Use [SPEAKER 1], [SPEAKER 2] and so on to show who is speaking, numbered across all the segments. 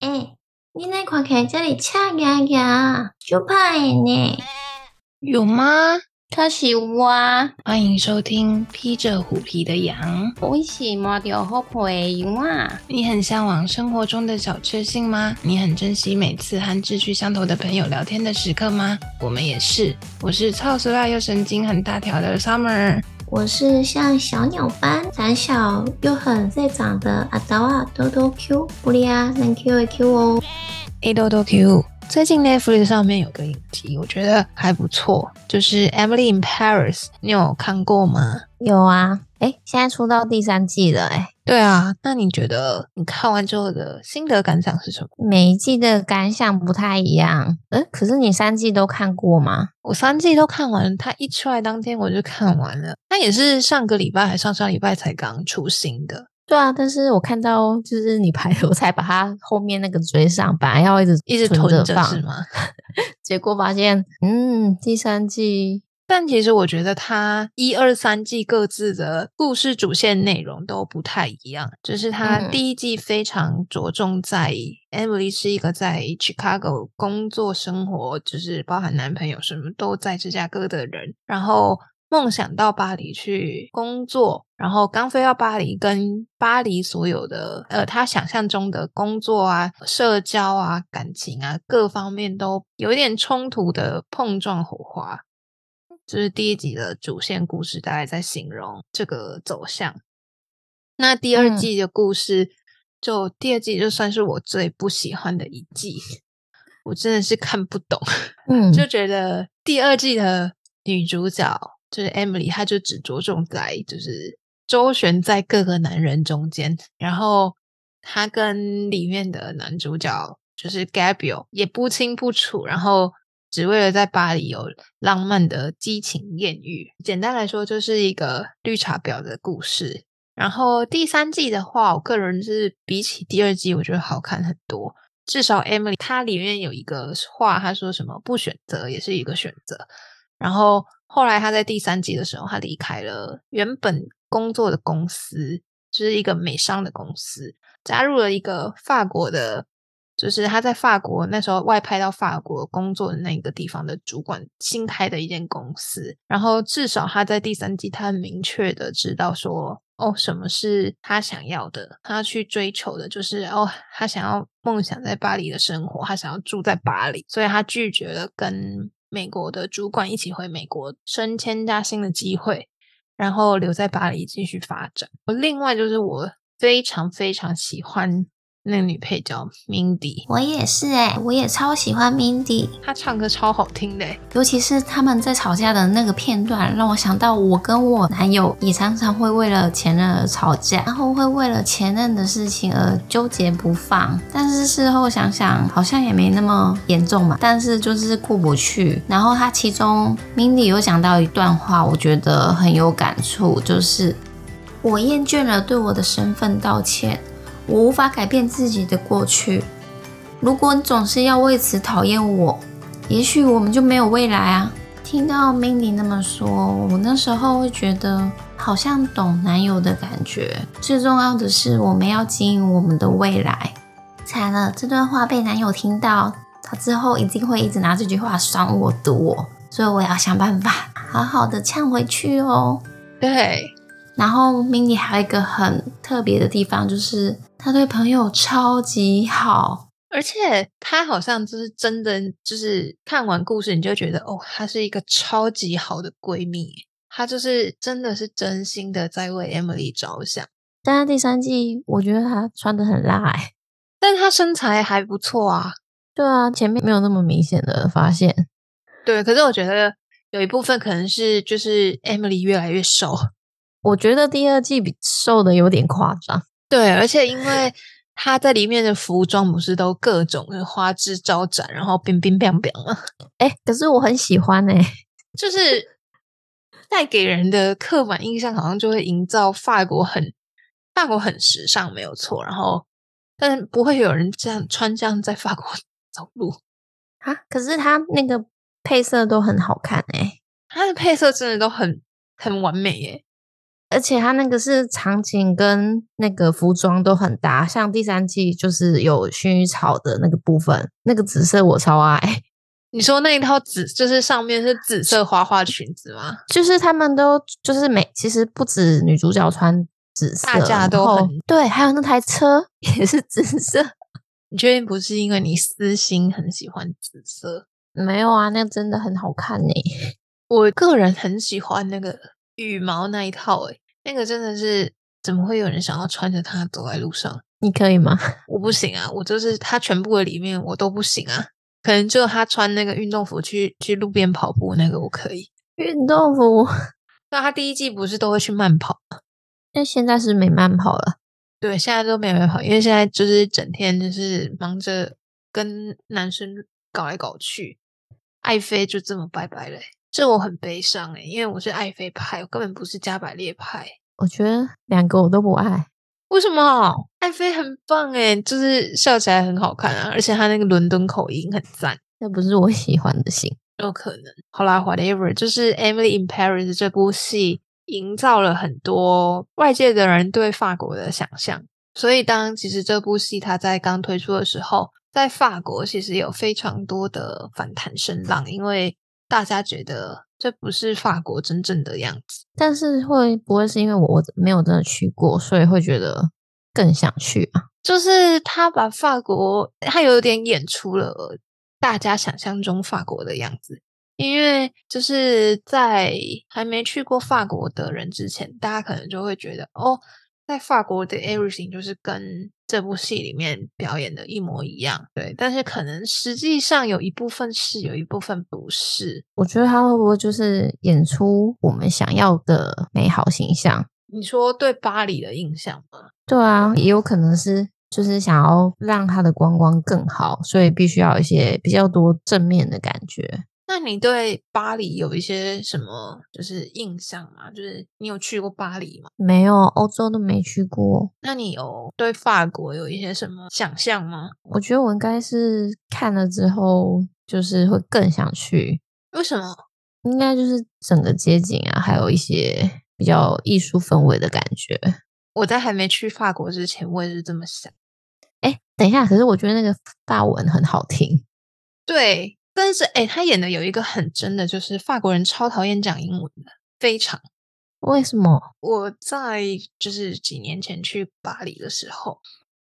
[SPEAKER 1] 哎、你那看起来这里赤牙牙，就怕的呢。
[SPEAKER 2] 有吗？
[SPEAKER 1] 可是我，
[SPEAKER 2] 欢迎收听《披着虎皮的羊》。
[SPEAKER 1] 我是摸着好皮的羊啊。
[SPEAKER 2] 你很向往生活中的小确幸吗？你很珍惜每次和志趣相投的朋友聊天的时刻吗？我们也是。我是超时辣又神经很大条的 Summer。
[SPEAKER 1] 我是像小鸟般胆小又很在长的阿达啊多多 Q，不利啊，能 Q 一 Q 哦。
[SPEAKER 2] A 豆豆 Q。最近 Netflix 上面有个影集，我觉得还不错，就是《Emily in Paris》，你有看过吗？
[SPEAKER 1] 有啊，哎、现在出到第三季了、哎，
[SPEAKER 2] 对啊，那你觉得你看完之后的心得感想是什么？
[SPEAKER 1] 每一季的感想不太一样。呃，可是你三季都看过吗？
[SPEAKER 2] 我三季都看完了，它一出来当天我就看完了。它也是上个礼拜还上上礼拜才刚出新的，
[SPEAKER 1] 对啊，但是我看到就是你排 我才把它后面那个追上，本来要一直
[SPEAKER 2] 一直
[SPEAKER 1] 囤
[SPEAKER 2] 囤
[SPEAKER 1] 着
[SPEAKER 2] 着是
[SPEAKER 1] 放，
[SPEAKER 2] 吗？
[SPEAKER 1] 结果发现，嗯，第三季
[SPEAKER 2] 但其实我觉得它一二三季各自的故事主线内容都不太一样，就是它
[SPEAKER 1] 嗯
[SPEAKER 2] 第一季非常着重在 Emily 是一个在 Chicago 工作生活，就是包含男朋友什么都在芝加哥的人，然后梦想到巴黎去工作，然后刚飞到巴黎，跟巴黎所有的呃他想象中的工作啊、社交啊、感情啊各方面都有一点冲突的碰撞火花。就是第一集的主线故事，大概在形容这个走向。那第二
[SPEAKER 1] 嗯
[SPEAKER 2] 季的故事，就第二季就算是我最不喜欢的一季，我真的是看不懂，
[SPEAKER 1] 嗯，
[SPEAKER 2] 就觉得第二季的女主角就是 Emily，她就只着重在就是周旋在各个男人中间，然后她跟里面的男主角就是 Gabriel 也不清不楚，然后只为了在巴黎有浪漫的激情艳遇。简单来说，就是一个绿茶婊的故事。然后第三季的话，我个人是比起第二季，我觉得好看很多。至少 Emily 她里面有一个话，她说什么不选择也是一个选择。然后后来她在第三季的时候，她离开了原本工作的公司，就是一个美商的公司，加入了一个法国的，就是她在法国那时候外派到法国工作的那个地方的主管新开的一间公司。然后至少她在第三季，她很明确的知道说。哦，什么是她想要的？她去追求的就是哦，她想要梦想在巴黎的生活，她想要住在巴黎，所以她拒绝了跟美国的主管一起回美国升迁加薪的机会，然后留在巴黎继续发展。我另外就是我非常非常喜欢那个女配角 Mindy，
[SPEAKER 1] 我也是哎、我也超喜欢 Mindy，
[SPEAKER 2] 她唱歌超好听的欸，
[SPEAKER 1] 尤其是他们在吵架的那个片段，让我想到我跟我男友也常常会为了前任而吵架，然后会为了前任的事情而纠结不放。但是事后想想，好像也没那么严重嘛，但是就是过不去。然后他其中 Mindy 有讲到一段话，我觉得很有感触，就是我厌倦了对我的身份道歉，我无法改变自己的过去。如果你总是要为此讨厌我，也许我们就没有未来啊。听到 Mindy 那么说，我那时候会觉得好像懂男友的感觉。最重要的是，我们要经营我们的未来。惨了，这段话被男友听到，他之后一定会一直拿这句话酸我、毒我，所以我要想办法好好的呛回去哦。
[SPEAKER 2] 对，
[SPEAKER 1] 然后 Mindy 还有一个很特别的地方，就是他对朋友超级好。
[SPEAKER 2] 而且她好像就是真的，就是看完故事你就觉得哦，她是一个超级好的闺蜜欸，她就是真的是真心的在为 Emily 着想。
[SPEAKER 1] 但是第三季，我觉得他穿的很辣哎、
[SPEAKER 2] 但她身材还不错啊。
[SPEAKER 1] 对啊，前面没有那么明显的发现。
[SPEAKER 2] 对，可是我觉得有一部分可能是就是 Emily 越来越瘦。
[SPEAKER 1] 我觉得第二季比瘦的有点夸张。
[SPEAKER 2] 对，而且因为她在里面的服装不是都各种的花枝招展，然后冰冰冰冰嘛，
[SPEAKER 1] 哎、可是我很喜欢哎、
[SPEAKER 2] 就是带给人的刻板印象，好像就会营造法国很法国很时尚没有错，然后但不会有人这样穿这样在法国 走路。
[SPEAKER 1] 啊，可是它那个配色都很好看哎、
[SPEAKER 2] 它的配色真的都很很完美耶，
[SPEAKER 1] 而且它那个是场景跟那个服装都很搭，像第三季就是有薰衣草的那个部分，那个紫色我超爱，
[SPEAKER 2] 你说那一套紫就是上面是紫色花花裙子吗？
[SPEAKER 1] 就是他们都就是每其实不止女主角穿紫色，
[SPEAKER 2] 大家都
[SPEAKER 1] 然后
[SPEAKER 2] 很
[SPEAKER 1] 对，还有那台车也是紫色，
[SPEAKER 2] 你确定不是因为你私心很喜欢紫色？
[SPEAKER 1] 没有啊，那真的很好看呢、
[SPEAKER 2] 我个人很喜欢那个羽毛那一套、欸，诶，那个真的是怎么会有人想要穿着它走在路上？
[SPEAKER 1] 你可以吗？
[SPEAKER 2] 我不行啊，我就是它全部的里面我都不行啊，可能只有他穿那个运动服去去路边跑步那个我可以。
[SPEAKER 1] 运动服，
[SPEAKER 2] 那他第一季不是都会去慢跑吗？
[SPEAKER 1] 那现在是没慢跑了，
[SPEAKER 2] 对，现在都没有办法，因为现在就是整天就是忙着跟男生搞来搞去，爱妃就这么拜拜嘞、这我很悲伤诶、因为我是爱妃派，我根本不是加百列派。
[SPEAKER 1] 我觉得两个我都不爱。
[SPEAKER 2] 为什么？爱妃很棒诶、就是笑起来很好看啊，而且她那个伦敦口音很赞。
[SPEAKER 1] 那不是我喜欢的型，
[SPEAKER 2] 有可能。好啦，whatever，就是《Emily in Paris》这部戏营造了很多外界的人对法国的想象，所以当其实这部戏它在刚推出的时候，在法国其实有非常多的反弹声浪，因为大家觉得这不是法国真正的样子。
[SPEAKER 1] 但是会不会是因为我我没有真的去过，所以会觉得更想去啊？
[SPEAKER 2] 就是他把法国，他有点演出了大家想象中法国的样子。因为就是在还没去过法国的人之前，大家可能就会觉得，哦，在法国的 everything 就是跟这部戏里面表演的一模一样，对。但是可能实际上有一部分是，有一部分不是。
[SPEAKER 1] 我觉得他会不会就是演出我们想要的美好形象？
[SPEAKER 2] 你说对巴黎的印象吗？
[SPEAKER 1] 对啊，也有可能是就是想要让他的观光更好，所以必须要有一些比较多正面的感觉。
[SPEAKER 2] 那你对巴黎有一些什么就是印象吗？就是你有去过巴黎吗？
[SPEAKER 1] 没有，欧洲都没去过。
[SPEAKER 2] 那你有对法国有一些什么想象吗？
[SPEAKER 1] 我觉得我应该是看了之后，就是会更想去。
[SPEAKER 2] 为什么？
[SPEAKER 1] 应该就是整个街景啊，还有一些比较艺术氛围的感觉。
[SPEAKER 2] 我在还没去法国之前，我也是这么想。
[SPEAKER 1] 哎，等一下，可是我觉得那个法文很好听。
[SPEAKER 2] 对，但是哎、他演的有一个很真的，就是法国人超讨厌讲英文的，非常。
[SPEAKER 1] 为什么？
[SPEAKER 2] 我在就是几年前去巴黎的时候，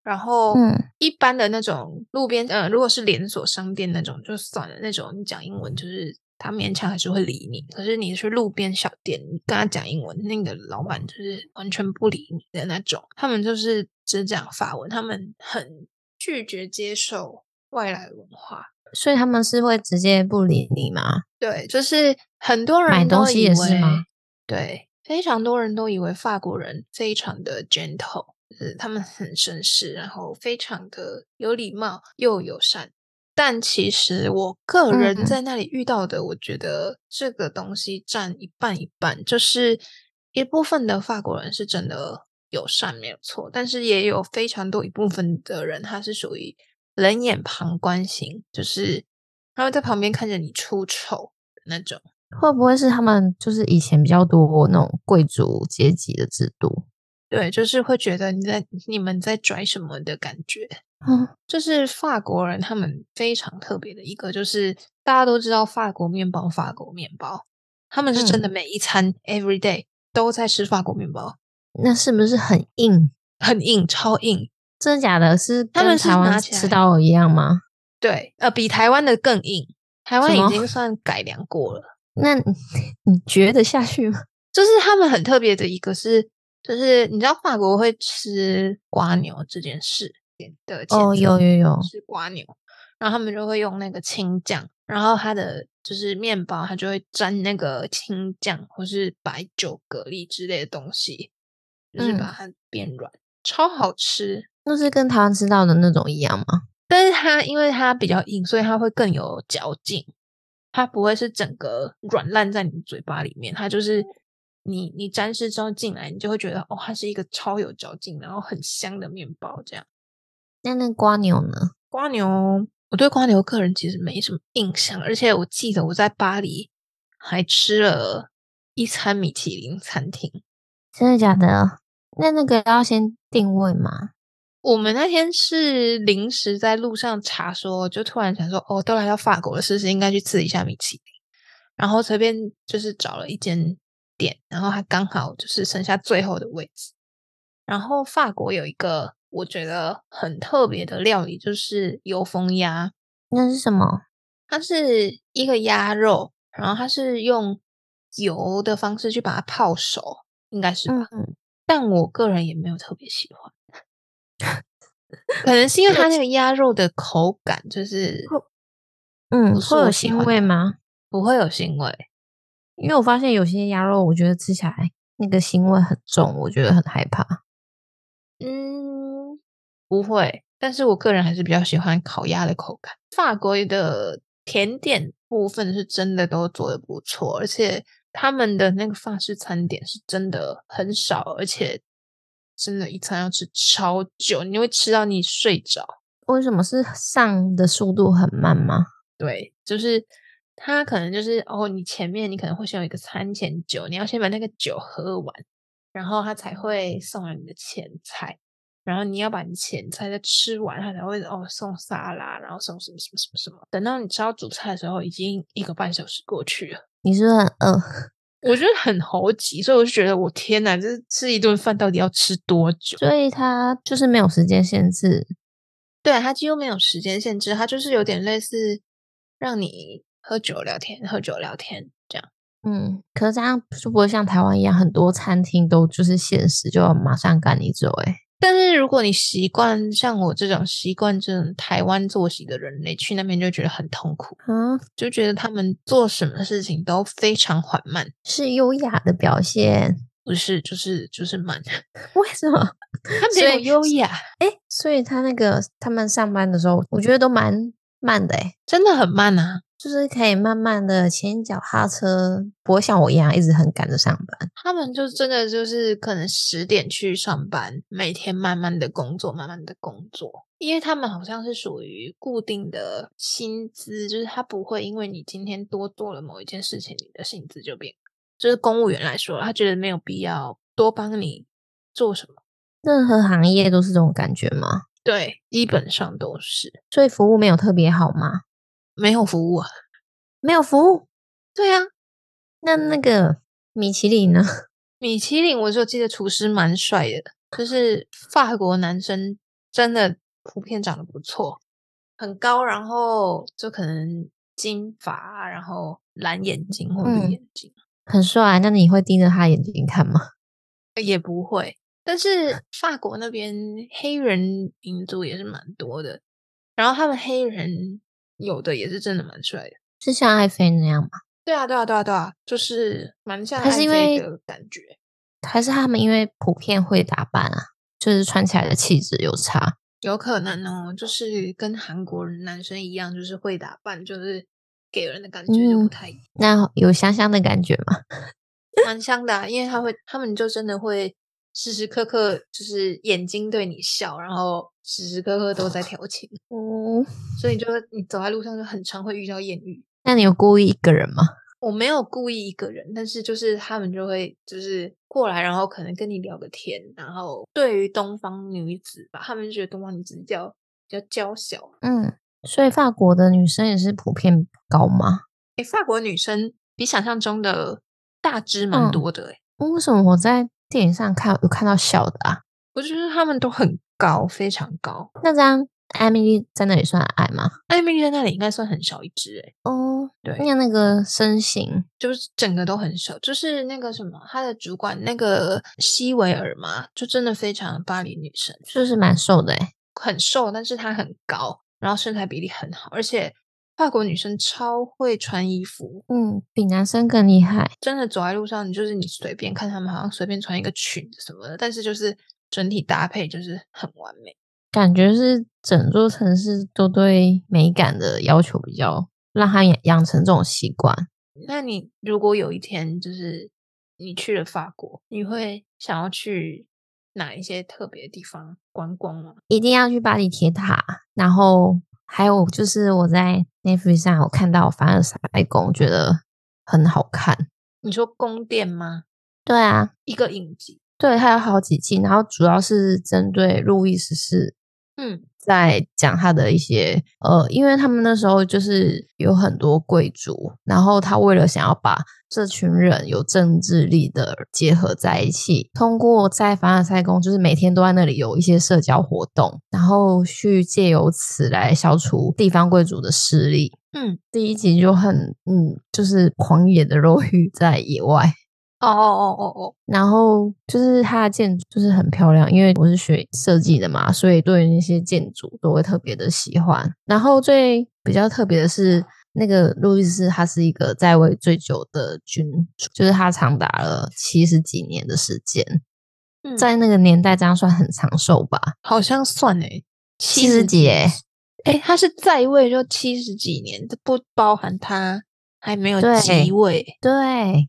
[SPEAKER 2] 然后
[SPEAKER 1] 嗯，
[SPEAKER 2] 一般的那种路边，呃，如果是连锁商店那种就算了，那种你讲英文就是他勉强还是会理你。可是你去路边小店，你跟他讲英文，那个老板就是完全不理你的那种。他们就是只讲法文，他们很拒绝接受外来文化。
[SPEAKER 1] 所以他们是会直接不理你吗？
[SPEAKER 2] 对，就是很多人
[SPEAKER 1] 买
[SPEAKER 2] 都
[SPEAKER 1] 东西
[SPEAKER 2] 以
[SPEAKER 1] 也是
[SPEAKER 2] 为
[SPEAKER 1] 吗？
[SPEAKER 2] 对，非常多人都以为法国人非常的 gentle，就是他们很绅士，然后非常的有礼貌又友善。但其实我个
[SPEAKER 1] 嗯
[SPEAKER 2] 人在那里遇到的，我觉得这个东西占一半一半，就是一部分的法国人是真的友善没有错，但是也有非常多一部分的人他是属于冷眼旁观型，就是他会在旁边看着你出丑的那种。
[SPEAKER 1] 会不会是他们就是以前比较多那种贵族阶级的制度？
[SPEAKER 2] 对，就是会觉得你在你们在拽什么的感觉。
[SPEAKER 1] 嗯，
[SPEAKER 2] 就是法国人他们非常特别的一个，就是大家都知道法国面包，法国面包，他们是真
[SPEAKER 1] 嗯
[SPEAKER 2] 的每一餐、every day 都在吃法国面包，
[SPEAKER 1] 那是不是很硬？
[SPEAKER 2] 很硬，超硬。
[SPEAKER 1] 真的假的？是
[SPEAKER 2] 他
[SPEAKER 1] 跟
[SPEAKER 2] 们是
[SPEAKER 1] 台
[SPEAKER 2] 拿
[SPEAKER 1] 湾
[SPEAKER 2] 起来
[SPEAKER 1] 吃到的一样吗？
[SPEAKER 2] 对，呃，比台湾的更硬。台湾
[SPEAKER 1] 什
[SPEAKER 2] 已
[SPEAKER 1] 么
[SPEAKER 2] 经算改良过了，
[SPEAKER 1] 那你 你觉得下去吗？
[SPEAKER 2] 就是他们很特别的一个是，就是你知道法国会吃瓜牛这件事的前
[SPEAKER 1] 哦，
[SPEAKER 2] 奏
[SPEAKER 1] 有有有，
[SPEAKER 2] 是瓜牛，然后他们就会用那个青酱，然后它的就是面包，它就会沾那个青酱或是白酒、蛤蜊之类的东西，就是把
[SPEAKER 1] 嗯
[SPEAKER 2] 它变软，超好吃。
[SPEAKER 1] 那是跟台湾吃到的那种一样吗？
[SPEAKER 2] 但是它因为它比较硬，所以它会更有嚼劲，它不会是整个软烂在你嘴巴里面，它就是你你沾湿之后进来，你就会觉得哦，它是一个超有嚼劲，然后很香的面包这样。
[SPEAKER 1] 那那瓜牛呢？
[SPEAKER 2] 瓜牛，我对瓜牛个人其实没什么印象，而且我记得我在巴黎还吃了一餐米其林餐厅，
[SPEAKER 1] 真的假的？那那个要先定位吗？
[SPEAKER 2] 我们那天是临时在路上查说，就突然想说，哦，都来到法国了，是不是应该去吃一下米其林？然后随便就是找了一间店，然后它刚好就是剩下最后的位置。然后法国有一个我觉得很特别的料理，就是油封鸭，
[SPEAKER 1] 那是什么？
[SPEAKER 2] 它是一个鸭肉，然后它是用油的方式去把它泡熟，应该是吧？
[SPEAKER 1] 嗯，
[SPEAKER 2] 但我个人也没有特别喜欢， 可能是因为它那个鸭肉的口感就是
[SPEAKER 1] 嗯，
[SPEAKER 2] 不是
[SPEAKER 1] 会有
[SPEAKER 2] 我喜
[SPEAKER 1] 腥
[SPEAKER 2] 欢
[SPEAKER 1] 味
[SPEAKER 2] 的
[SPEAKER 1] 吗？
[SPEAKER 2] 不会有腥味。
[SPEAKER 1] 因为我发现有些鸭肉，我觉得吃起来那个腥味很重，我觉得很害怕。
[SPEAKER 2] 嗯，不会。但是我个人还是比较喜欢烤鸭的口感。法国的甜点部分是真的都做的不错，而且他们的那个法式餐点是真的很少，而且真的一餐要吃超久，你会吃到你睡着。
[SPEAKER 1] 为什么是上的速度很慢吗？
[SPEAKER 2] 对，就是它可能就是哦，你前面你可能会先有一个餐前酒，你要先把那个酒喝完，然后它才会送了你的前菜，然后你要把你前菜再吃完，它才会哦送沙拉，然后送什么什么什么什么。等到你吃到主菜的时候，已经一个半小时过去了，
[SPEAKER 1] 你是不是很饿？
[SPEAKER 2] 我觉得很猴急，所以我就觉得我天哪，这吃一顿饭到底要吃多久？
[SPEAKER 1] 所以它就是没有时间限制。
[SPEAKER 2] 对，啊它几乎没有时间限制，它就是有点类似让你喝酒聊天，喝酒聊天这样。
[SPEAKER 1] 嗯，可是这样就不会像台湾一样，很多餐厅都就是限时就要马上赶你走、欸。哎，
[SPEAKER 2] 但是如果你习惯像我这种习惯这种台湾作息的人类，去那边就觉得很痛苦，
[SPEAKER 1] 嗯，
[SPEAKER 2] 就觉得他们做什么事情都非常缓慢，
[SPEAKER 1] 是优雅的表现。
[SPEAKER 2] 不是就是就是慢，
[SPEAKER 1] 为什么？
[SPEAKER 2] 他
[SPEAKER 1] 所
[SPEAKER 2] 没有
[SPEAKER 1] 以
[SPEAKER 2] 优雅，
[SPEAKER 1] 所以他那个他们上班的时候，我觉得都蛮慢的、欸。
[SPEAKER 2] 真的很慢啊。
[SPEAKER 1] 就是可以慢慢的前脚踏车，不会像我一样一直很赶着上班。
[SPEAKER 2] 他们就真的就是可能十点去上班，每天慢慢的工作，慢慢的工作，因为他们好像是属于固定的薪资，就是他不会因为你今天多做了某一件事情，你的薪资就变高。就是公务员来说，他觉得没有必要多帮你做什么。
[SPEAKER 1] 任何行业都是这种感觉吗？
[SPEAKER 2] 对，基本上都是
[SPEAKER 1] 所以服务没有特别好吗？
[SPEAKER 2] 没有服务啊。
[SPEAKER 1] 没有服务，
[SPEAKER 2] 对啊，
[SPEAKER 1] 那那个米其林呢？
[SPEAKER 2] 米其林，我就记得厨师蛮帅的，就是法国男生真的普遍长得不错，很高，然后就可能金发，然后蓝眼睛或
[SPEAKER 1] 嗯
[SPEAKER 2] 绿眼睛，
[SPEAKER 1] 很帅，啊那你会盯着他眼睛看吗？
[SPEAKER 2] 呃也不会。但是法国那边黑人民族也是蛮多的，然后他们黑人有的也是真的蛮帅的。
[SPEAKER 1] 是像爱妃那样吗？
[SPEAKER 2] 对啊，对啊，对啊，对啊，就是蛮像
[SPEAKER 1] 还
[SPEAKER 2] 爱
[SPEAKER 1] 是因为
[SPEAKER 2] 妃的感觉。
[SPEAKER 1] 还是他们因为普遍会打扮啊，就是穿起来的气质有差？
[SPEAKER 2] 有可能哦，就是跟韩国人男生一样，就是会打扮，就是给人的感觉就
[SPEAKER 1] 嗯
[SPEAKER 2] 不太一样，
[SPEAKER 1] 那有香香的感觉吗？
[SPEAKER 2] 蛮像的啊、因为他会，他们就真的会时时刻刻就是眼睛对你笑，然后时时刻刻都在调情，
[SPEAKER 1] 嗯，
[SPEAKER 2] 所以你就你走在路上就很常会遇到艳遇。
[SPEAKER 1] 那你有故意一个人吗？
[SPEAKER 2] 我没有故意一个人，但是就是他们就会就是过来，然后可能跟你聊个天，然后对于东方女子吧，他们就觉得东方女子比较比较娇小，
[SPEAKER 1] 嗯，所以法国的女生也是普遍高吗？
[SPEAKER 2] 诶，法国女生比想象中的大只蛮
[SPEAKER 1] 嗯
[SPEAKER 2] 多的、诶，
[SPEAKER 1] 嗯为什么我在电影上看有看到小的啊？
[SPEAKER 2] 我觉得她们都很高，非常高。
[SPEAKER 1] 那这样艾米丽在那里算矮吗？
[SPEAKER 2] 艾米丽在那里应该算很小一只、诶，
[SPEAKER 1] 哦，
[SPEAKER 2] 对
[SPEAKER 1] 那那个身形，
[SPEAKER 2] 就是整个都很小。就是那个什么，她的主管那个西维尔嘛，就真的非常巴黎女神，
[SPEAKER 1] 就是蛮瘦的诶、欸
[SPEAKER 2] 很瘦，但是她很高，然后身材比例很好，而且法国女生超会穿衣服，
[SPEAKER 1] 嗯，比男生更厉害。
[SPEAKER 2] 真的走在路上，你就是你随便看她们，好像随便穿一个裙子什么的，但是就是整体搭配就是很完美。
[SPEAKER 1] 感觉是整座城市都对美感的要求比较，让他养养成这种习惯。
[SPEAKER 2] 那你如果有一天就是你去了法国，你会想要去哪一些特别的地方观光吗？
[SPEAKER 1] 一定要去巴黎铁塔，然后还有就是我在 Netflix 上有看到凡尔赛宫，觉得很好看。
[SPEAKER 2] 你说宫殿吗？
[SPEAKER 1] 对啊，
[SPEAKER 2] 一个影集
[SPEAKER 1] 对，还有好几季，然后主要是针对路易十四
[SPEAKER 2] 嗯，
[SPEAKER 1] 在讲他的一些呃，因为他们那时候就是有很多贵族，然后他为了想要把这群人有政治力的结合在一起，通过在凡尔赛宫就是每天都在那里有一些社交活动，然后去借由此来消除地方贵族的势力。
[SPEAKER 2] 嗯，
[SPEAKER 1] 第一集就很嗯，就是狂野的肉欲在野外。
[SPEAKER 2] 哦哦哦哦哦，
[SPEAKER 1] 然后就是它的建筑就是很漂亮，因为我是学设计的嘛，所以对于那些建筑都会特别的喜欢。然后最比较特别的是，那个路易斯他是一个在位最久的君主，就是他长达了七十几年的时间，
[SPEAKER 2] 嗯
[SPEAKER 1] 在那个年代这样算很长寿吧？
[SPEAKER 2] 好像算诶，
[SPEAKER 1] 七十几诶、
[SPEAKER 2] 诶，他是在位就七十几年，这不包含他还没有
[SPEAKER 1] 对
[SPEAKER 2] 即位，
[SPEAKER 1] 对，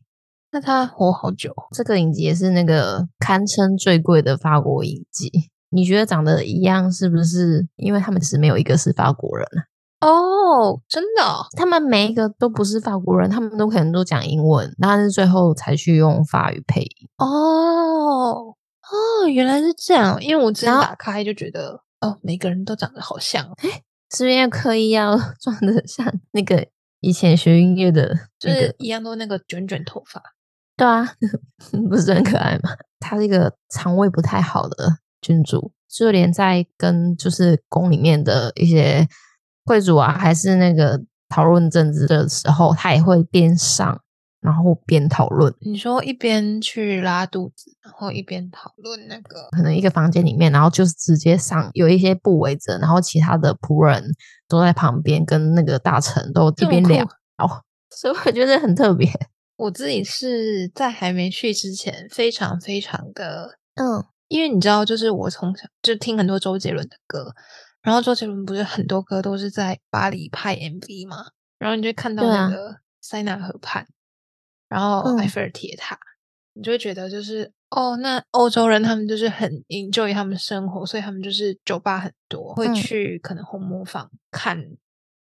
[SPEAKER 2] 那他活好久。哦
[SPEAKER 1] 这个影集也是那个堪称最贵的法国影集。你觉得长得一样是不是？因为他们是没有一个是法国人。
[SPEAKER 2] 哦，真的哦、
[SPEAKER 1] 他们每一个都不是法国人，他们都可能都讲英文，但是最后才去用法语配音。
[SPEAKER 2] 哦哦，原来是这样。因为我之前
[SPEAKER 1] 然后
[SPEAKER 2] 打开就觉得，哦，每个人都长得好像哦，
[SPEAKER 1] 是不是要刻意要 装得像那个以前学音乐的
[SPEAKER 2] 就
[SPEAKER 1] 那个？
[SPEAKER 2] 是一样都那个卷卷头发。
[SPEAKER 1] 对啊， 不是很可爱吗？他是一个肠胃不太好的君主，就连在跟就是宫里面的一些贵族啊，还是那个讨论政治的时候，他也会边上然后边讨论。
[SPEAKER 2] 你说一边去拉肚子，然后一边讨论那个，
[SPEAKER 1] 可能一个房间里面，然后就是直接上有一些部围着，然后其他的仆人都在旁边跟那个大臣都一
[SPEAKER 2] 这么
[SPEAKER 1] 边
[SPEAKER 2] 酷
[SPEAKER 1] 聊，所以我觉得很特别。
[SPEAKER 2] 我自己是在还没去之前，非常非常的
[SPEAKER 1] 嗯，
[SPEAKER 2] 因为你知道，就是我从小就听很多周杰伦的歌，然后周杰伦不是很多歌都是在巴黎拍 MV 嘛，然后你就会看到
[SPEAKER 1] 对啊
[SPEAKER 2] 那个塞纳河畔，然后
[SPEAKER 1] 嗯
[SPEAKER 2] 埃菲尔铁塔，你就会觉得就是哦，那欧洲人他们就是很 enjoy 他们生活，所以他们就是酒吧很多，会
[SPEAKER 1] 嗯
[SPEAKER 2] 去可能红磨坊看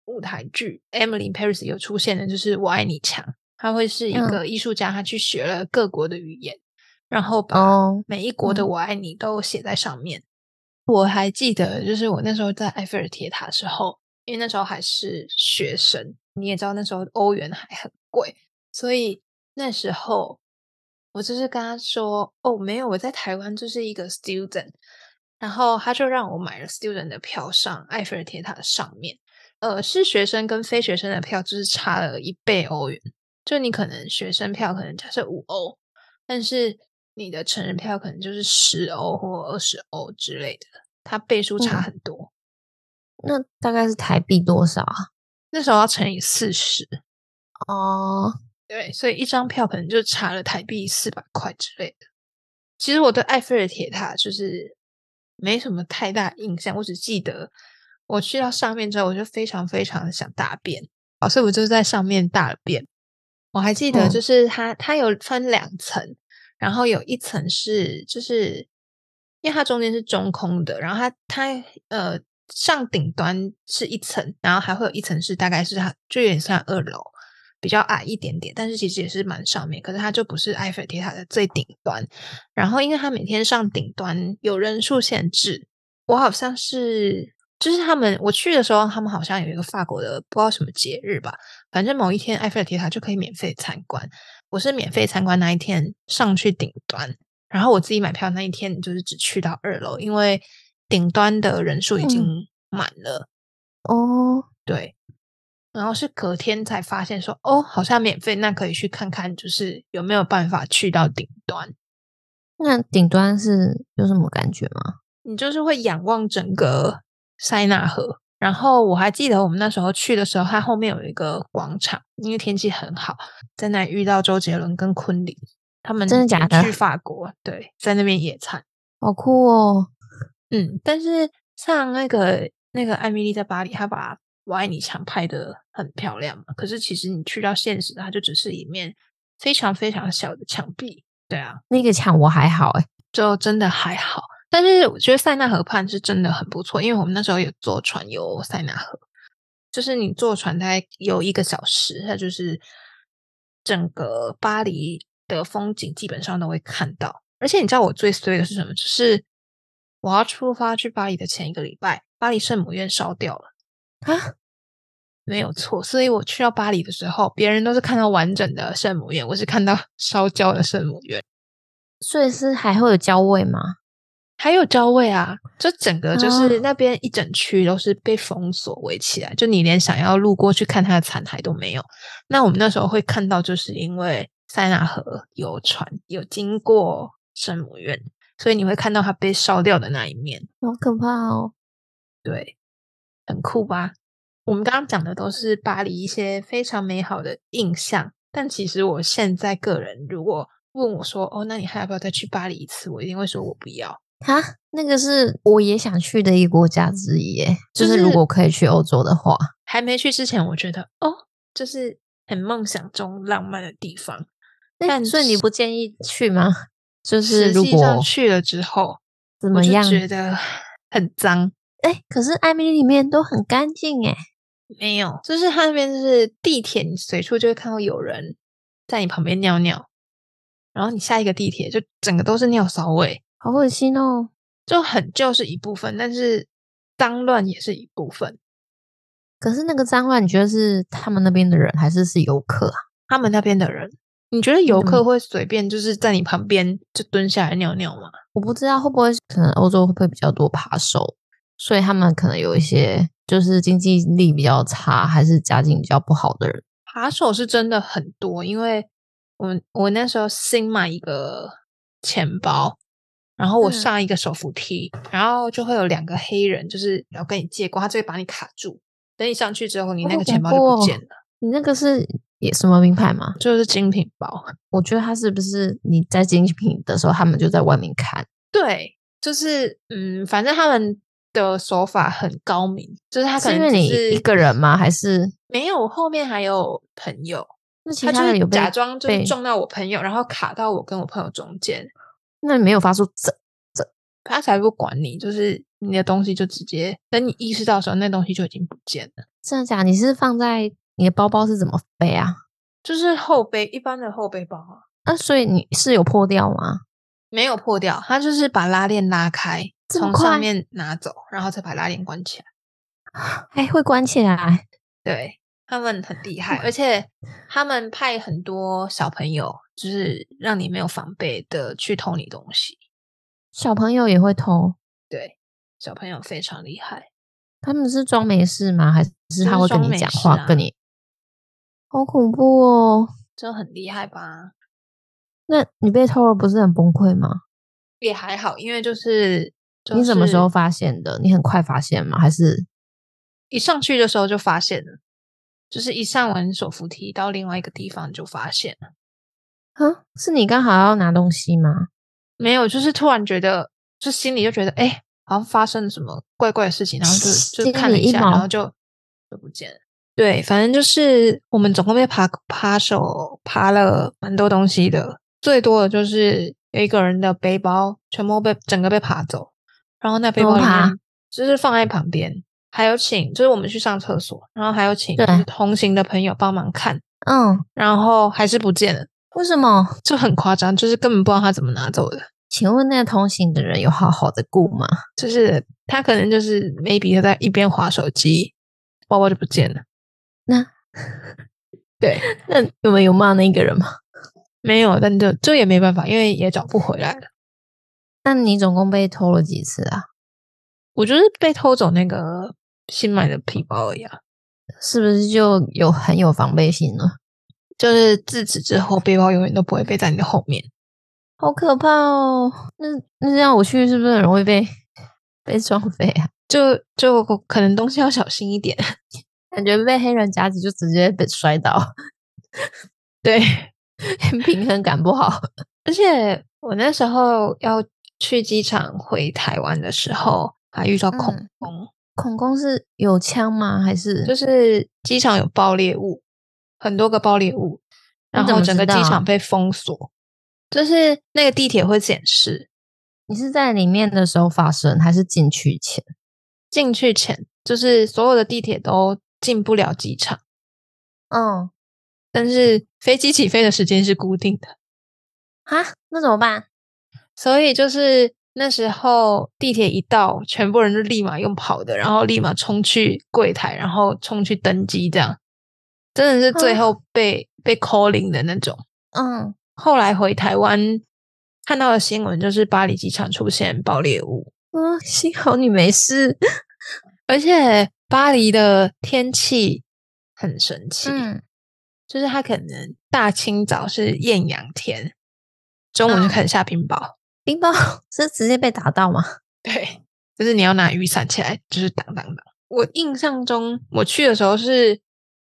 [SPEAKER 2] 舞台剧。Emily in Paris 有出现的就是《我爱你强》，他会是一
[SPEAKER 1] 嗯
[SPEAKER 2] 个艺术家，他去学了各国的语言，然后 把
[SPEAKER 1] 哦，
[SPEAKER 2] 每一国的“
[SPEAKER 1] 嗯
[SPEAKER 2] 我爱你”都写在上面。我还记得，就是我那时候在埃菲尔铁塔的时候，因为那时候还是学生，你也知道那时候欧元还很贵，所以那时候我就是跟他说：“哦，没有，我在台湾就是一个 student。”然后他就让我买了 student 的票上埃菲尔铁塔的上面。呃，是学生跟非学生的票就是差了一倍欧元，就你可能学生票可能假设五欧，但是你的成人票可能就是十欧或二十欧之类的，它倍数差
[SPEAKER 1] 嗯
[SPEAKER 2] 很多。
[SPEAKER 1] 那大概是台币多少啊？
[SPEAKER 2] 那时候要乘以四十，
[SPEAKER 1] 哦，
[SPEAKER 2] 对，所以一张票可能就差了台币四百块之类的。其实我对埃菲尔铁塔就是没什么太大印象，我只记得我去到上面之后，我就非常非常的想大便，哦，所以我就在上面大了便。我还记得，
[SPEAKER 1] 嗯
[SPEAKER 2] 就是它、它有分两层，然后有一层是就是因为它中间是中空的，然后它它呃上顶端是一层，然后还会有一层是大概是它就有点像二楼，比较矮一点点，但是其实也是蛮上面，可是它就不是埃菲尔铁塔的最顶端。然后因为它每天上顶端有人数限制，我好像是就是他们我去的时候，他们好像有一个法国的不知道什么节日吧，反正某一天埃菲尔铁塔就可以免费参观。我是免费参观那一天上去顶端，然后我自己买票那一天就是只去到二楼，因为顶端的人数已
[SPEAKER 1] 嗯
[SPEAKER 2] 经满了。
[SPEAKER 1] 哦，
[SPEAKER 2] 对，然后是隔天才发现说，哦，好像免费，那可以去看看，就是有没有办法去到顶端。
[SPEAKER 1] 那顶端是有什么感觉吗？
[SPEAKER 2] 你就是会仰望整个塞纳河。然后我还记得我们那时候去的时候，它后面有一个广场，因为天气很好，在那里遇到周杰伦跟昆凌，他们
[SPEAKER 1] 真的假
[SPEAKER 2] 也
[SPEAKER 1] 的
[SPEAKER 2] 去法国，对，在那边野餐。
[SPEAKER 1] 好酷哦！
[SPEAKER 2] 嗯，但是像那个那个艾米丽在巴黎，她把《我爱你》墙拍的很漂亮嘛。可是其实你去到现实，它就只是一面非常非常小的墙壁。对啊，
[SPEAKER 1] 那个墙我还好哎，
[SPEAKER 2] 就真的还好。但是我觉得塞纳河畔是真的很不错，因为我们那时候有坐船游塞纳河，就是你坐船大概游一个小时，它就是整个巴黎的风景基本上都会看到，而且你知道我最衰的是什么？就是我要出发去巴黎的前一个礼拜，巴黎圣母院烧掉了
[SPEAKER 1] 啊，
[SPEAKER 2] 没有错。所以我去到巴黎的时候，别人都是看到完整的圣母院，我是看到烧焦的圣母院，
[SPEAKER 1] 所以是还会有焦味吗？
[SPEAKER 2] 还有焦味啊！就整个就是
[SPEAKER 1] 哦
[SPEAKER 2] 那边一整区都是被封锁围起来，就你连想要路过去看它的残骸都没有。那我们那时候会看到，就是因为塞纳河有船有经过圣母院，所以你会看到它被烧掉的那一面。
[SPEAKER 1] 好可怕哦！
[SPEAKER 2] 对，很酷吧？我们刚刚讲的都是巴黎一些非常美好的印象，但其实我现在个人如果问我说，哦，那你还要不要再去巴黎一次？我一定会说我不要。
[SPEAKER 1] 哈，那个是我也想去的一个国家之一耶，就
[SPEAKER 2] 就是
[SPEAKER 1] 是如果可以去欧洲的话，
[SPEAKER 2] 还没去之前，我觉得哦，就是很梦想中浪漫的地方。
[SPEAKER 1] 那
[SPEAKER 2] 但
[SPEAKER 1] 所以你不建议去吗？就是
[SPEAKER 2] 实
[SPEAKER 1] 如
[SPEAKER 2] 际
[SPEAKER 1] 果
[SPEAKER 2] 上去了之后，
[SPEAKER 1] 怎
[SPEAKER 2] 我
[SPEAKER 1] 么
[SPEAKER 2] 就
[SPEAKER 1] 样？
[SPEAKER 2] 觉得很脏。
[SPEAKER 1] 哎、可是艾米丽里面都很干净哎，
[SPEAKER 2] 没有，就是它那边就是地铁，你随处就会看到有人在你旁边尿尿，然后你下一个地铁就整个都是尿骚味。
[SPEAKER 1] 好恶心哦！
[SPEAKER 2] 就很旧是一部分，但是脏乱也是一部分。
[SPEAKER 1] 可是那个脏乱，你觉得是他们那边的人还是是游客啊？
[SPEAKER 2] 他们那边的人，你觉得游客
[SPEAKER 1] 嗯
[SPEAKER 2] 会随便就是在你旁边就蹲下来尿尿吗？
[SPEAKER 1] 我不知道会不会可能欧洲会不会比较多扒手，所以他们可能有一些就是经济力比较差，还是家境比较不好的人。
[SPEAKER 2] 扒手是真的很多，因为我我那时候新买一个钱包，然后我
[SPEAKER 1] 嗯
[SPEAKER 2] 上一个手扶梯，然后就会有两个黑人，就是要跟你借光，他就会把你卡住。等你上去之后，你
[SPEAKER 1] 哦
[SPEAKER 2] 那
[SPEAKER 1] 好
[SPEAKER 2] 个
[SPEAKER 1] 恐
[SPEAKER 2] 钱包就
[SPEAKER 1] 怖
[SPEAKER 2] 不
[SPEAKER 1] 哦
[SPEAKER 2] 见了，
[SPEAKER 1] 你那个是也什么名牌吗？
[SPEAKER 2] 就是精品包。
[SPEAKER 1] 我觉得他是不是你在精品的时候，他们就在外面看？
[SPEAKER 2] 对，就是嗯，反正他们的手法很高明，就是他可
[SPEAKER 1] 是因
[SPEAKER 2] 能
[SPEAKER 1] 为
[SPEAKER 2] 只
[SPEAKER 1] 你
[SPEAKER 2] 是
[SPEAKER 1] 一个人吗？还是
[SPEAKER 2] 没有，后面还有朋友，
[SPEAKER 1] 那其
[SPEAKER 2] 他就
[SPEAKER 1] 他人
[SPEAKER 2] 是
[SPEAKER 1] 有被
[SPEAKER 2] 假装就是
[SPEAKER 1] 被
[SPEAKER 2] 撞到我朋友，然后卡到我跟我朋友中间，
[SPEAKER 1] 那没有发出这
[SPEAKER 2] 他才不管你，就是你的东西就直接等你意识到的时候，那东西就已经不见了。
[SPEAKER 1] 真的假的？你是放在你的包包是怎么背啊？
[SPEAKER 2] 就是后背一般的后背包啊，
[SPEAKER 1] 啊，所以你是有破掉吗？
[SPEAKER 2] 没有破掉，他就是把拉链拉开，
[SPEAKER 1] 这么
[SPEAKER 2] 从上
[SPEAKER 1] 快
[SPEAKER 2] 面拿走，然后再把拉链关起来。
[SPEAKER 1] 还哎会关起来？
[SPEAKER 2] 对他们很厉害，而且他们派很多小朋友，就是让你没有防备的去偷你东西。
[SPEAKER 1] 小朋友也会偷？
[SPEAKER 2] 对，小朋友非常厉害。
[SPEAKER 1] 他们是装没事吗？还是
[SPEAKER 2] 是
[SPEAKER 1] 他会跟
[SPEAKER 2] 装
[SPEAKER 1] 你
[SPEAKER 2] 没
[SPEAKER 1] 讲
[SPEAKER 2] 事
[SPEAKER 1] 话，
[SPEAKER 2] 啊
[SPEAKER 1] 跟你？好恐怖哦！
[SPEAKER 2] 就很厉害吧？
[SPEAKER 1] 那你被偷了不是很崩溃吗？
[SPEAKER 2] 也还好，因为就是、
[SPEAKER 1] 你什么时候
[SPEAKER 2] 就是
[SPEAKER 1] 发现的？你很快发现吗？还是
[SPEAKER 2] 一上去的时候就发现了，就是一上完手扶梯到另外一个地方就发现了，
[SPEAKER 1] 啊？是你刚好要拿东西吗？
[SPEAKER 2] 没有，就是突然觉得，就心里就觉得，哎、好像发生了什么怪怪的事情，然后就就
[SPEAKER 1] 心
[SPEAKER 2] 看了
[SPEAKER 1] 里
[SPEAKER 2] 一
[SPEAKER 1] 一
[SPEAKER 2] 下，然
[SPEAKER 1] 毛
[SPEAKER 2] 后就就不见了。对，反正就是我们总共被扒扒手扒了蛮多东西的，最多的就是有一个人的背包全部被整个被扒走，然后那背
[SPEAKER 1] 怎么
[SPEAKER 2] 包里
[SPEAKER 1] 扒
[SPEAKER 2] 面就是放在旁边，还有请就是我们去上厕所，然后还有请
[SPEAKER 1] 对
[SPEAKER 2] 就是同行的朋友帮忙看，
[SPEAKER 1] 嗯，
[SPEAKER 2] 然后还是不见了，
[SPEAKER 1] 为什么？
[SPEAKER 2] 就很夸张，就是根本不知道他怎么拿走的。
[SPEAKER 1] 请问那个同行的人有好好的顾吗？
[SPEAKER 2] 就是他可能就是 maybe 他在一边划手机，包包就不见了。
[SPEAKER 1] 那
[SPEAKER 2] 对，
[SPEAKER 1] 那你们有骂那个人吗？
[SPEAKER 2] 没有，但就这也没办法，因为也找不回来了。
[SPEAKER 1] 那你总共被偷了几次啊？
[SPEAKER 2] 我就是被偷走那个新买的皮包而已、啊，
[SPEAKER 1] 是不是就有很有防备心了？
[SPEAKER 2] 就是自此之后，背包永远都不会背在你的后面。
[SPEAKER 1] 好可怕哦！那那这样我去是不是很容易被被撞飞啊？
[SPEAKER 2] 就就可能东西要小心一点。
[SPEAKER 1] 感觉被黑人夹子就直接被摔倒，
[SPEAKER 2] 对，
[SPEAKER 1] 平衡感不好。
[SPEAKER 2] 而且我那时候要去机场回台湾的时候，还遇到恐
[SPEAKER 1] 嗯
[SPEAKER 2] 攻。
[SPEAKER 1] 孔公是有枪吗？还是
[SPEAKER 2] 就是机场有爆裂物，很多个爆裂物，
[SPEAKER 1] 你
[SPEAKER 2] 然
[SPEAKER 1] 怎
[SPEAKER 2] 后
[SPEAKER 1] 么
[SPEAKER 2] 整个
[SPEAKER 1] 知
[SPEAKER 2] 机
[SPEAKER 1] 道啊
[SPEAKER 2] 场被封锁。就是那个地铁会显示
[SPEAKER 1] 你是在里面的时候发生，还是进去前？
[SPEAKER 2] 进去前，就是所有的地铁都进不了机场，
[SPEAKER 1] 嗯，
[SPEAKER 2] 但是飞机起飞的时间是固定的。
[SPEAKER 1] 哈，那怎么办？
[SPEAKER 2] 所以就是那时候地铁一到，全部人就立马用跑的，然后立马冲去柜台，然后冲去登机，这样真的是
[SPEAKER 1] 啊
[SPEAKER 2] 最后被、被 calling 的那种。
[SPEAKER 1] 嗯，
[SPEAKER 2] 后来回台湾看到的新闻就是巴黎机场出现爆裂物，
[SPEAKER 1] 哦，幸好你没事。
[SPEAKER 2] 而且巴黎的天气很神奇，
[SPEAKER 1] 嗯，
[SPEAKER 2] 就是它可能大清早是艳阳天，中午就
[SPEAKER 1] 嗯
[SPEAKER 2] 开始下冰雹。
[SPEAKER 1] 冰雹 是直接被打到吗？
[SPEAKER 2] 对，就是你要拿雨伞起来，就是挡挡挡。我印象中，我去的时候是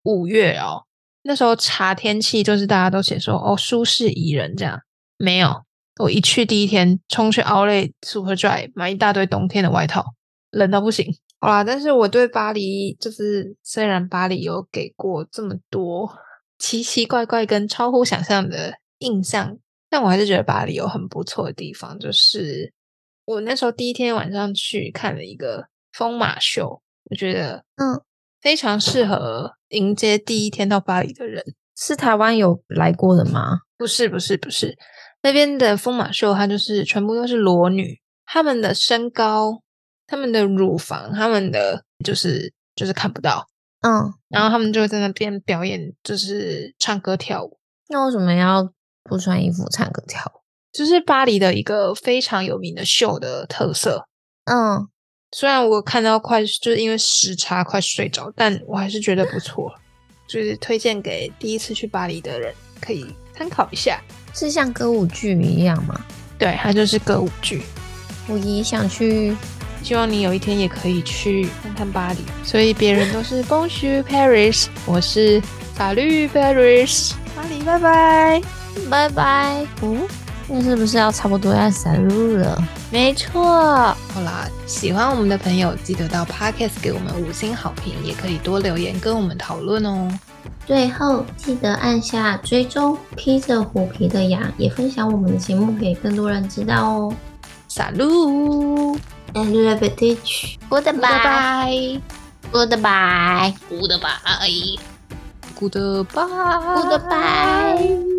[SPEAKER 2] 五月哦，那时候查天气就是大家都写说哦舒适宜人这样，没有。我一去第一天，冲去 Outlet Superdry 买一大堆冬天的外套，冷到不行。好啦，但是我对巴黎就是，虽然巴黎有给过这么多奇奇怪怪跟超乎想象的印象，但我还是觉得巴黎有很不错的地方，就是我那时候第一天晚上去看了一个疯马秀，我觉得
[SPEAKER 1] 嗯，
[SPEAKER 2] 非常适合迎接第一天到巴黎的人。
[SPEAKER 1] 是台湾有来过的吗？
[SPEAKER 2] 不是不是不是，那边的疯马秀，它就是全部都是裸女，她们的身高、她们的乳房、她们的就是就是看不到，
[SPEAKER 1] 嗯，
[SPEAKER 2] 然后她们就在那边表演，就是唱歌跳舞。
[SPEAKER 1] 那为什么要不穿衣服唱歌跳舞？
[SPEAKER 2] 就是巴黎的一个非常有名的秀的特色。
[SPEAKER 1] 嗯，
[SPEAKER 2] 虽然我看到快就是因为时差快睡着，但我还是觉得不错，就是推荐给第一次去巴黎的人可以参考一下。
[SPEAKER 1] 是像歌舞剧一样吗？
[SPEAKER 2] 对，它就是歌舞剧，
[SPEAKER 1] 我也想去。
[SPEAKER 2] 希望你有一天也可以去看看巴黎。所以别人都是 Bonjour Paris，我是法律 Paris，巴黎拜拜。
[SPEAKER 1] 拜拜。嗯，那是不是要差不多要散路了？
[SPEAKER 2] 没错，好啦，喜欢我们的朋友记得到 Podcast 给我们五星好评，也可以多留言跟我们讨论哦。
[SPEAKER 1] 最后记得按下追踪，披着虎皮的羊也分享我们的节目给更多人知道哦。
[SPEAKER 2] Salut!
[SPEAKER 1] And love it, teach. Goodbye.
[SPEAKER 2] Goodbye!
[SPEAKER 1] Goodbye. Goodbye.
[SPEAKER 2] Goodbye!
[SPEAKER 1] Goodbye.